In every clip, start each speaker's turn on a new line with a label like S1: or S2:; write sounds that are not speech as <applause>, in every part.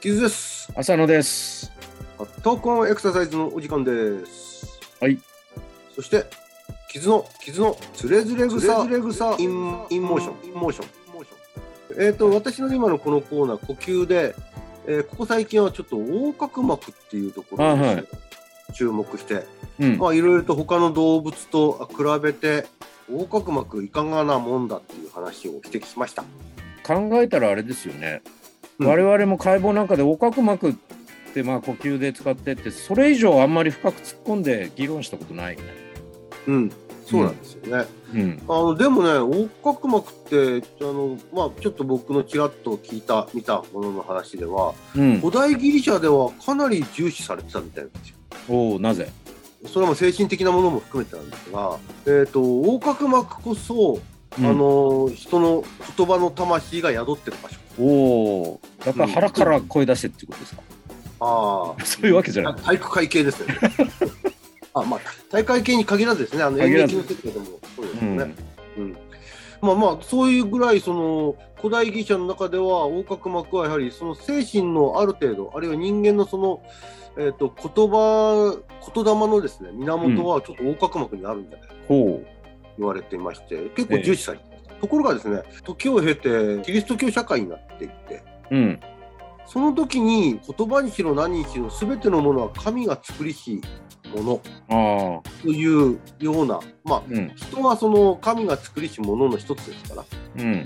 S1: キズです。
S2: 浅野です。
S1: 投稿エクササイズのお時間です。
S2: はい。
S1: そして、傷の、傷の、つれづれ草、つれ草、イン、インモーション、インモーション。えっ、と、私の今のこのコーナー、呼吸で、えーここ最近はちょっと横隔膜っていうところに
S2: あはい
S1: 注目して、
S2: うん。
S1: まあ、いろいろと他の動物と比べて、横隔膜いかがなもんだっていう話を指摘しました。
S2: 考えたらあれですよね。
S1: うん
S2: 我々も解剖なんかで横隔膜ってまあ呼吸で使ってって、それ以上あんまり深く突っ込んで議論したことないよね。
S1: うん、そうなんですよね。
S2: うん。
S1: あのでもね、横隔膜ってあの、まあ、ちょっと僕のちらっと聞いた、見たものの話では、
S2: うん。
S1: 古代ギリシャではかなり重視されてたみたいなんですよ。
S2: おお、なぜ
S1: それはもう精神的なものも含めてなんですが、えー、と横隔膜こそ、あ、の人の言葉の魂が宿ってる場所。
S2: うんおお、やっぱり腹から声出してってことですか、
S1: ああ
S2: <laughs> そういうわけじゃない。
S1: 体育会系ですよ
S2: <laughs>
S1: ね。あまあ、体育会系に限らずですね、あの演
S2: 限ら
S1: 劇
S2: ず
S1: の世界でもそうです
S2: う
S1: よね。
S2: ん。
S1: うん、まあまあそういうぐらいその古代ギリシャの中では横隔膜はやはりその精神のある程度あるいは人間のその、えー、と言葉言霊のですね源はちょっと横隔膜にあるんじゃないかと
S2: ほ
S1: 言われていまして、結構重視されてました、ところがですね時を経てキリスト教社会になっていって
S2: う。うん。
S1: その時に言葉にしろ何にしろ全てのものは神が作りしもの
S2: ああ。
S1: というようなまあ
S2: うん。
S1: 人はその神が作りしものの一つですから。
S2: うん。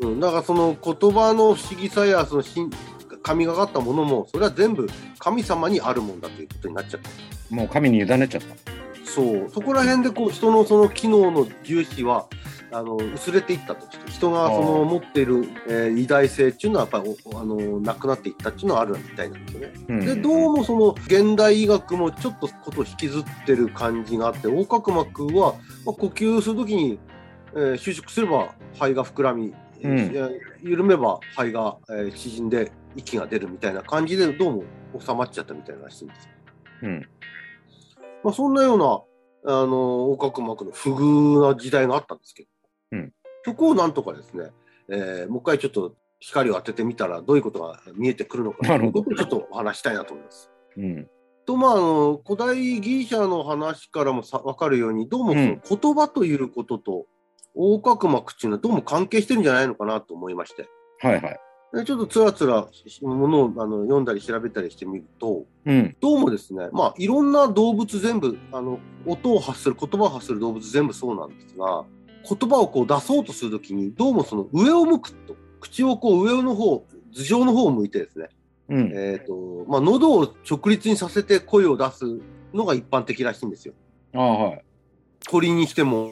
S1: うん、なんかその言葉の不思議さやその神神がかったものもそれは全部神様にあるもんだということになっちゃって
S2: もう神に委ねちゃっ
S1: そうそこら辺でこう人のその機能の重視はあの薄れていったとして人がそ
S2: あ
S1: の
S2: ー
S1: 持っている、えー偉大性っていうのはやっぱりおあのなくなっていったっていうのはあるみたいなんですよね。
S2: た。うん、
S1: でどうもその現代医学もちょっとことを引きずってる感じがあって横隔膜は、まあ、呼吸するときに、えー収縮すれば肺が膨らみ、えー
S2: うん
S1: いや緩めば肺が、えー縮んで息が出るみたいな感じでどうも収まっちゃったみたいならしいんですよ、
S2: うん。
S1: まあ、そんなようなあの横隔膜の不遇な時代があったんですけど、
S2: うん
S1: そこをなんとかですね、えーもう一回ちょっと光を当ててみたらどういうことが見えてくるのかということをちょっとお話したいなと思います。
S2: うん。
S1: とまあ、あの古代ギリシャの話からもさ分かるようにどうもその言葉ということと横隔膜っていうのはどうも関係してるんじゃないのかなと思いまして
S2: はいはい。
S1: でちょっとつらつらものをあの読んだり調べたりしてみると
S2: うん。
S1: どうもですね、まあ、いろんな動物全部あの音を発する言葉を発する動物全部そうなんですが言葉をこう出そうとするときにどうもその上を向くと口をこう上の方頭上の方を向いてですね
S2: うん。
S1: えーとまあ、喉を直立にさせて声を出すのが一般的らしいんですよ。
S2: ああ、はい。
S1: 鳥にしても、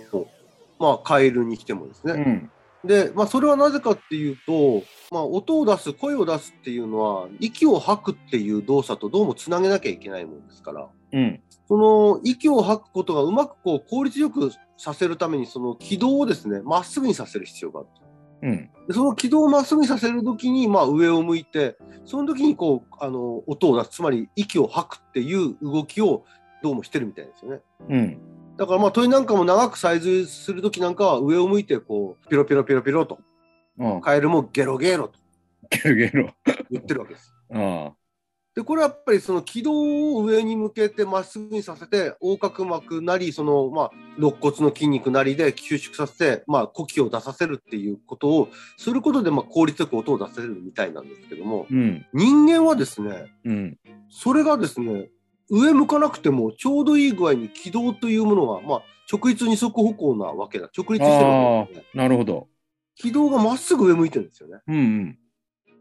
S1: まあ、カエルにしてもです
S2: う
S1: ね。
S2: ん。
S1: で、まあ、それはなぜかっていうと、まあ、音を出す、声を出すっていうのは、息を吐くっていう動作とどうもつなげなきゃいけないもんですから、
S2: うん。
S1: その息を吐くことがうまくこう効率よくさせるために、その軌道をですね、まっすぐにさせる必要がある。
S2: うん。
S1: でその軌道をまっすぐにさせるときに、まあ、上を向いて、その時にこうあの音を出す、つまり息を吐くっていう動きをどうもしてるみたいですよね。
S2: うん。
S1: だからまあ鳥なんかも長く催ズするときなんかは上を向いてこうピロピロピロピロと、
S2: あ <laughs> あ。
S1: カエルもゲロゲロと
S2: ゲロゲロ。
S1: 言ってるわけです。
S2: ああ。
S1: でこれはやっぱりその軌道を上に向けてまっすぐにさせて横隔膜なりそのまあ肋骨の筋肉なりで収縮させてまあ呼気を出させるっていうことをすることでまあ効率よく音を出せるみたいなんですけども
S2: うん。
S1: 人間はですね
S2: うん。
S1: それがですね上向かなくてもちょうどいい具合に軌道というものがまあ直立二足歩行なわけだ直立してるわけだ、ね、
S2: なるほど。
S1: 軌道がまっすぐ上向いてるんですよね
S2: うん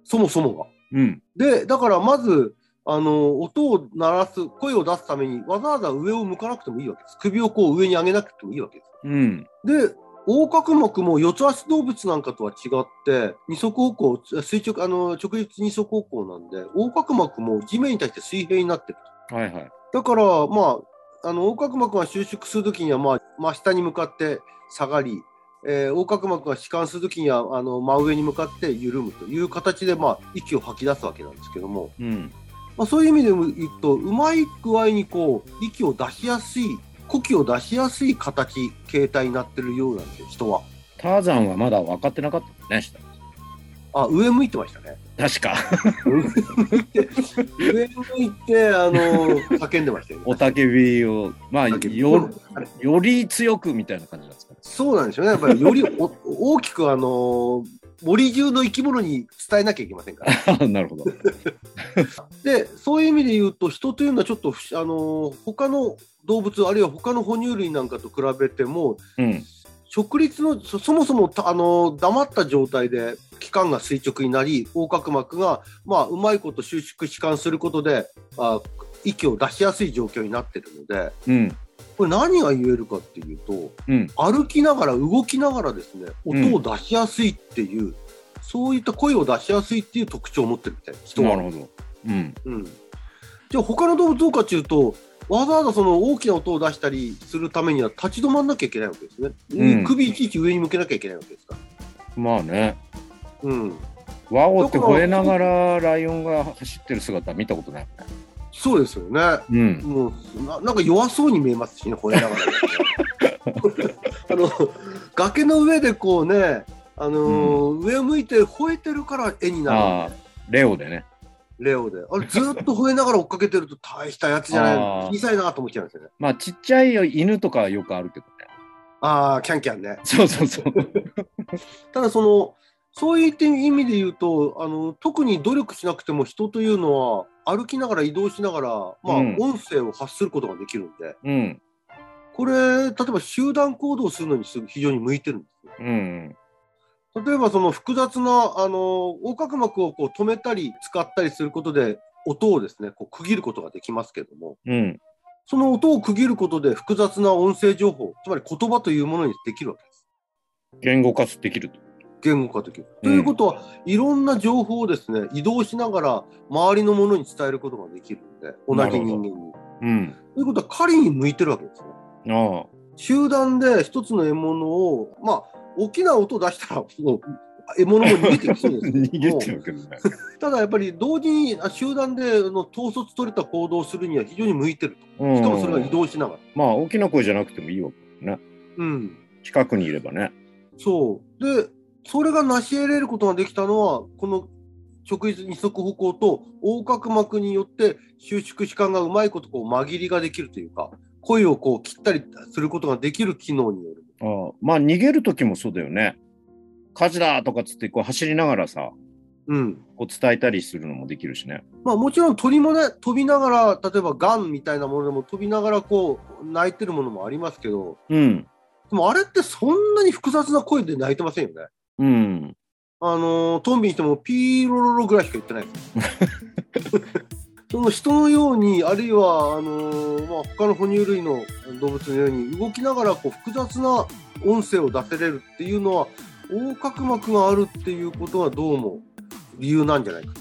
S1: そもそもが。
S2: うん。うん。
S1: で、だからまず、あの、音を鳴らす、声を出すために、わざわざ上を向かなくてもいいわけです。首をこう上に上げなくてもいいわけ
S2: うん。
S1: です。で、横隔膜も四つ足動物なんかとは違って、二足歩行、垂直、あの、直立二足歩行なんで、横隔膜も地面に対して水平になってる
S2: はいはい。
S1: と。だから、まあ、あの、横隔膜が収縮するときには、まあ、真下に向かって下がり、えー横隔膜が弛緩するときにはあの真上に向かって緩むという形で、まあ、息を吐き出すわけなんですけども、
S2: うん
S1: まあ、そういう意味でも言うとうまい具合にこう息を出しやすい呼吸を出しやすい形形態になってるようなんですよ人は。
S2: ターザンはまだ分かってなかったもんね下
S1: あ上向いてましたね。
S2: 確か
S1: 上向いて上向いてあの叫んでましたよね。
S2: 雄たけびをまあよ <laughs> より強くみたいな感じなんですかね
S1: そうなんですよね。やっぱりよりお大きくあの森中の生き物に伝えなきゃいけませんから。
S2: あ <laughs> なるほど
S1: で、そういう意味で言うと、人というのはちょっとふし、あの他の動物、あるいは他の哺乳類なんかと比べても、
S2: うん
S1: 直立の、そそもそもた、あの黙った状態で、気管が垂直になり、横隔膜が、まあ、うまいこと収縮、弛緩することで、あ息を出しやすい状況になってるので、
S2: うん
S1: これ何が言えるかっていうと、
S2: うん
S1: 歩きながら動きながらですね
S2: うん
S1: 音を出しやすいっていう、そういった声を出しやすいっていう特徴を持ってるみたいな人
S2: な
S1: は、
S2: るほどうん
S1: うん、じゃあ他の動物どうかっていうとわざわざその大きな音を出したりするためには立ち止まんなきゃいけないわけですね、
S2: うん
S1: 首いちいち上に向けなきゃいけないわけですから、
S2: まあね
S1: うん、
S2: ワオって吠えながらライオンが走ってる姿見たことないもんね
S1: そうですよね
S2: うん
S1: もうななんか弱そうに見えますしね、これながら。
S2: <laughs>
S1: あの崖の上でこうね、あのー上を向いて吠えてるから絵になる、
S2: ああレオでね
S1: レオで。あれ、ずっと吠えながら追っかけてると、大したやつじゃない
S2: あー
S1: 小さいなと思っちゃうんですよね。
S2: まあちっちゃい犬とかはよくあるけどね
S1: ああ、キャンキャンね。
S2: そうそうそう
S1: ただ、その、そういった意味で言うとあの、特に努力しなくても人というのは、歩きながら移動しながら、まあ
S2: うん
S1: 音声を発することができるんで、
S2: うん
S1: これ、例えば集団行動するのにす非常に向いてるんですよ。
S2: うん
S1: 例えばその複雑なあの横隔膜をこう止めたり使ったりすることで音をですねこう区切ることができますけども
S2: うん
S1: その音を区切ることで複雑な音声情報つまり言葉というものにできるわけです
S2: 言語化できると
S1: 言語化できる。
S2: うん
S1: ということはいろんな情報をですね移動しながら周りのものに伝えることができるんで同じ人間に。
S2: うん
S1: ということは狩りに向いてるわけですね。
S2: ああ
S1: 集団で一つの獲物をまあ大きな音出したら <laughs> もう獲物も逃げてきそうですけども
S2: <laughs> 逃げてるけどね
S1: ただやっぱり同時にあ集団であの統率取れた行動をするには非常に向いてると。しかもそれが移動しながら。
S2: まあ大きな声じゃなくてもいいわけね
S1: うん。
S2: 近くにいればね
S1: そう。で、それが成し得れることができたのは、この直立二足歩行と横隔膜によって収縮弛緩がうまいことこう間切りができるというか、声をこう切ったりすることができる機能による。
S2: ああまあ逃げる時もそうだよね火事だとかっつってこう走りながらさ
S1: うん。
S2: こう伝えたりするのもできるしね
S1: まあもちろん鳥もね、飛びながら、例えばガンみたいなものでも飛びながらこう鳴いてるものもありますけど、
S2: うん
S1: でもあれってそんなに複雑な声で鳴いてませんよね。
S2: うん
S1: あのートンビにしてもピーロロロぐらいしか言ってないです。その人のように、あるいはあのーまあ、他の哺乳類の動物のように動きながらこう複雑な音声を出せれるっていうのは横隔膜があるっていうことがどうも理由なんじゃないか。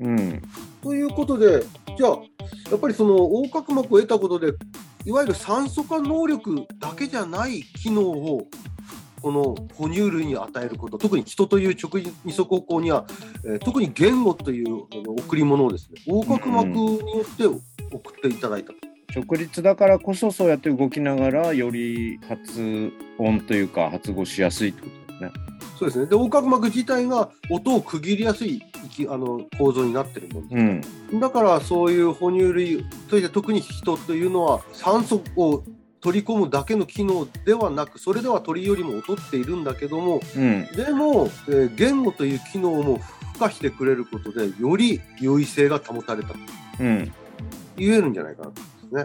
S2: うん
S1: ということでじゃあやっぱりその横隔膜を得たことでいわゆる酸素化能力だけじゃない機能をこの哺乳類に与えること特に人という直二足歩行には、えー特に言語というあの贈り物をですね横隔膜によって送っていただいた、
S2: 直立だからこそそうやって動きながらより発音というか発語しやすいってことだよね
S1: そうですねで横隔膜自体が音を区切りやすい生きあの構造になってるもんです
S2: うん
S1: だからそういう哺乳類といって特に人というのは酸素を取り込むだけの機能ではなくそれでは鳥よりも劣っているんだけども
S2: うん
S1: でも、えー言語という機能も付加してくれることでより優位性が保たれたと
S2: うん
S1: 言えるんじゃないかな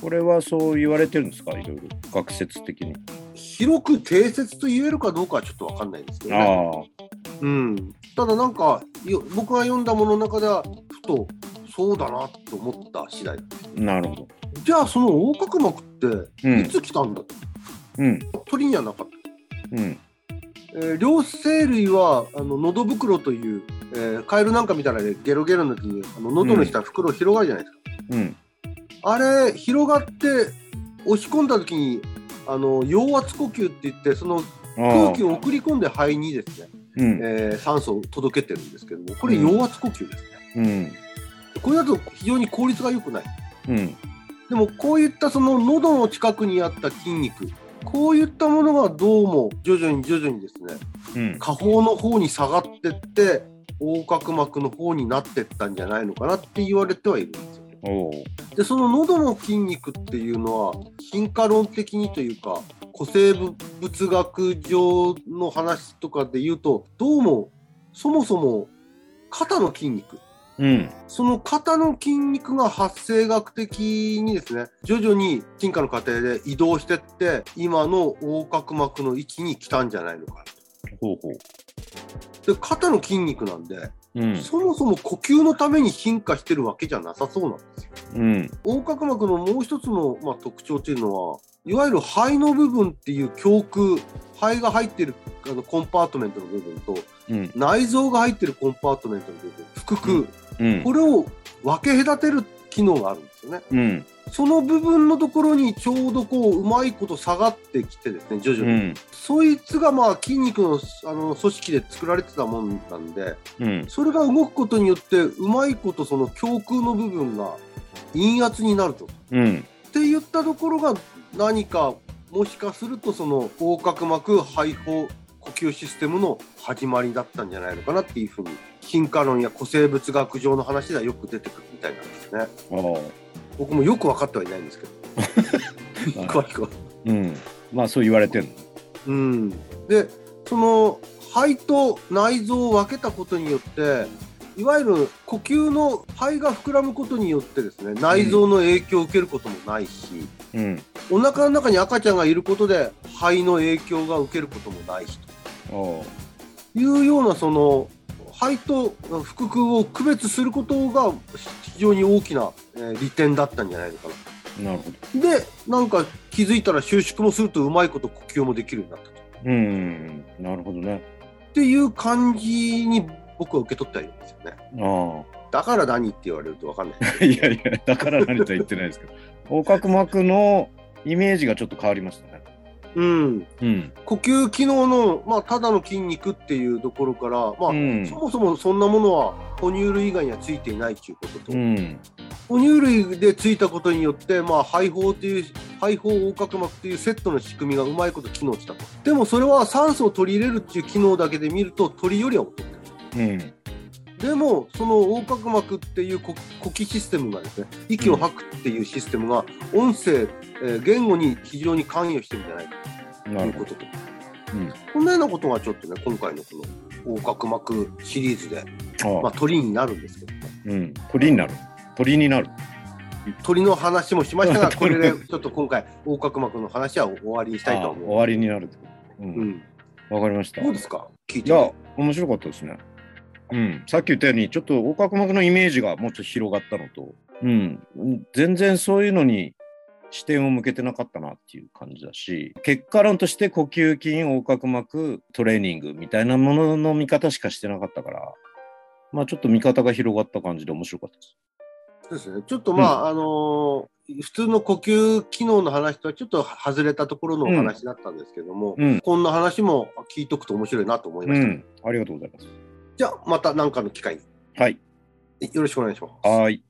S2: これはそう言われてるんですかいろいろ学説的に。
S1: 広く定説と言えるかどうかはちょっとわかんないですけど、ね
S2: あ
S1: うん、ただなんかよ僕が読んだものの中ではふとそうだなと思った次第
S2: あなるほど。
S1: じゃあその横隔膜っ
S2: う
S1: てい
S2: ん
S1: つ来たんだと、
S2: うん
S1: 鳥にはなかった
S2: うん
S1: えー両生類はあの喉袋という、えーカエルなんかみたいなねゲロゲロの時にあの喉の下袋広がるじゃないです
S2: うん
S1: か、あれ広がって押し込んだ時にあの揚圧呼吸って言ってその空気を送り込んで肺にですね、
S2: うん
S1: えー酸素を届けてるんですけども、これ陽圧呼吸ですね。
S2: うん
S1: これだと非常に効率が良くない。
S2: うん
S1: でもこういったその喉の近くにあった筋肉、こういったものがどうも徐々に徐々にですね、
S2: うん
S1: 下方の方に下がってって、横隔膜の方になってったんじゃないのかなって言われてはいるんですよ。
S2: おう
S1: で、その喉の筋肉っていうのは、進化論的にというか、古生物学上の話とかで言うと、どうも、そもそも肩の筋肉、
S2: うん
S1: その肩の筋肉が発生学的にですね、徐々に進化の過程で移動してって、今の横隔膜の位置に来たんじゃないのか
S2: ほうほう
S1: な。で、肩の筋肉なんで、
S2: うん
S1: そもそも呼吸のために進化してるわけじゃなさそうなんですよ。
S2: うん
S1: 横隔膜のもう一つの、まあ、特徴っていうのは、いわゆる肺の部分っていう胸腔、肺が入ってるあのコンパートメントの部分と、
S2: うん
S1: 内臓が入ってるコンパートメントの部分、腹腔、
S2: うん
S1: これを分け隔てる機能があるんですよね。
S2: うん
S1: その部分のところにちょうどこううまいこと下がってきてですね徐々
S2: う
S1: に、
S2: ん
S1: そいつがまあ筋肉のあの組織で作られてたもんなんで
S2: うん
S1: それが動くことによってうまいことその胸腔の部分が陰圧になると。っ
S2: うん
S1: て言ったところが何かもしかするとその横隔膜肺胞呼吸システムの始まりだったんじゃないのかなっていうふうに進化論や古生物学上の話ではよく出てくるみたいなんですね。
S2: ああ
S1: 僕もよく分かってはいないんですけど。詳しくは。
S2: うんまあそう言われてる
S1: うん、でその肺と内臓を分けたことによっていわゆる呼吸の肺が膨らむことによってですね内臓の影響を受けることもないし、
S2: うん
S1: お腹の中に赤ちゃんがいることで肺の影響が受けることもないし
S2: おう
S1: というようなその肺と腹腔を区別することが非常に大きな、えー利点だったんじゃないのかな。
S2: なるほど
S1: でなんか気づいたら収縮もするとうまいこと呼吸もできるようになったと。
S2: うんなるほどね
S1: っていう感じに僕は受け取ってはいるんですよね。
S2: あ
S1: だから何って言われると分かんない。
S2: あ <laughs> いやいやだから何とは言ってないですけど横隔膜のイメージがちょっと変わりましたね
S1: うん。
S2: うん
S1: 呼吸機能の、まあ、ただの筋肉っていうところから、まあ、
S2: うん
S1: そもそもそんなものは哺乳類以外にはついていないっていうことと、
S2: うん
S1: 哺乳類でついたことによって、まあ、肺胞という、肺胞横隔膜というセットの仕組みがうまいこと機能したと。でもそれは酸素を取り入れるっていう機能だけで見ると鳥よりは劣ってる。
S2: うん
S1: でもその横隔膜っていう呼呼吸システムがですね息を吐くっていうシステムが音声、えー言語に非常に関与してるんじゃないかと
S2: ないる
S1: う
S2: ほ
S1: こと
S2: ど
S1: と、
S2: うん
S1: こんなようなことがちょっとね今回のこの横隔膜シリーズで、
S2: ああ
S1: まあ、鳥になるんですけど
S2: うん、鳥になる鳥になる
S1: 鳥の話もしましたがこ
S2: <laughs> 鳥
S1: れでちょっと今回横隔膜の話は終わりにしたいと
S2: ああ
S1: 思う。
S2: 終わりになるってことう
S1: うんん、
S2: わかりました
S1: どうですか聞い
S2: い
S1: てみ
S2: や
S1: て。、
S2: 面白かったですね。うん、さっき言ったように、ちょっと横隔膜のイメージがもっと広がったのと、うん、全然そういうのに視点を向けてなかったなっていう感じだし、結果論として呼吸筋、横隔膜、トレーニングみたいなものの見方しかしてなかったから、まあちょっと見方が広がった感じで面白かったです。
S1: そうですねちょっとまあ、あのー普通の呼吸機能の話とはちょっと外れたところのお話だったんですけども、
S2: うん、
S1: こんな話も聞いとくと面白いなと思いま
S2: う
S1: した。
S2: ん、ありがとうございます。
S1: じゃあ、また何かの機会
S2: はい、
S1: によろしくお願いします。
S2: はーい。